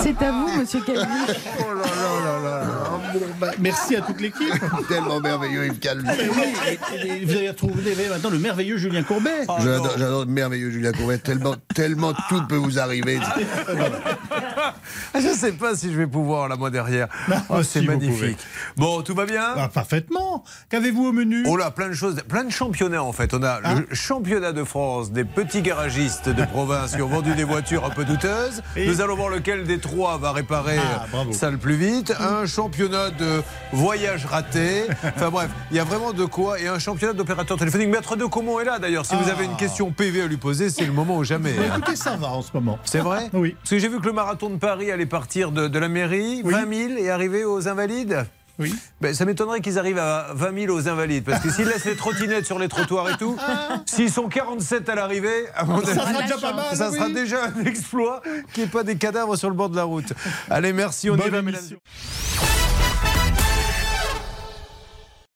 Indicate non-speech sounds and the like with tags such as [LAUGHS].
C'est à vous, monsieur Calvi. Oh là là là là là. Bon, bah, Merci à toute [LAUGHS] l'équipe. tellement merveilleux, Yves Calvi. Et Eh oui, et- et Vous avez retrouvé maintenant le merveilleux Julien Courbet. J'adore j'adore merveilleux Julien Courbet. Tellement, tellement tout peut vous arriver. Ah, Je sais pas si je vais pouvoir là, [LAUGHS] moi derrière. Oh, si, c'est vous magnifique. Bon, tout va bien Ah, parfaitement. Qu'avez-vous au menu Oh là, plein de choses, plein de championnats en fait. On a Hein le championnat de France des petits garagistes de province qui ont vendu des voitures un peu douteuses. Et- Nous allons voir lequel des trois va réparer Ah, bravo. Mmh. euh, ça le plus vite. Un championnat de voyage raté. Enfin bref, il y a vraiment de quoi. Et un championnat d'opérateurs téléphoniques. Maître de Comont est là d'ailleurs. Si vous avez une question PV à lui poser, c'est le moment ou jamais. Ah. Bah, hein. Écoutez, ça va en ce moment. C'est vrai [LAUGHS] Oui. Parce que j'ai vu que le marathon de Paris allait partir de, de la mairie, Oui. 20 000 et arriver aux Invalides. Oui. Ben, ça m'étonnerait qu'ils arrivent à 20 000 aux Invalides, parce que s'ils laissent les trottinettes sur les trottoirs et tout, [LAUGHS] s'ils sont 47 à l'arrivée, à mon avis, sera déjà pas mal, ça oui. sera déjà un exploit qu'il n'y ait pas des cadavres sur le bord de la route. Allez, merci, on y Bonne va, émission. mesdames.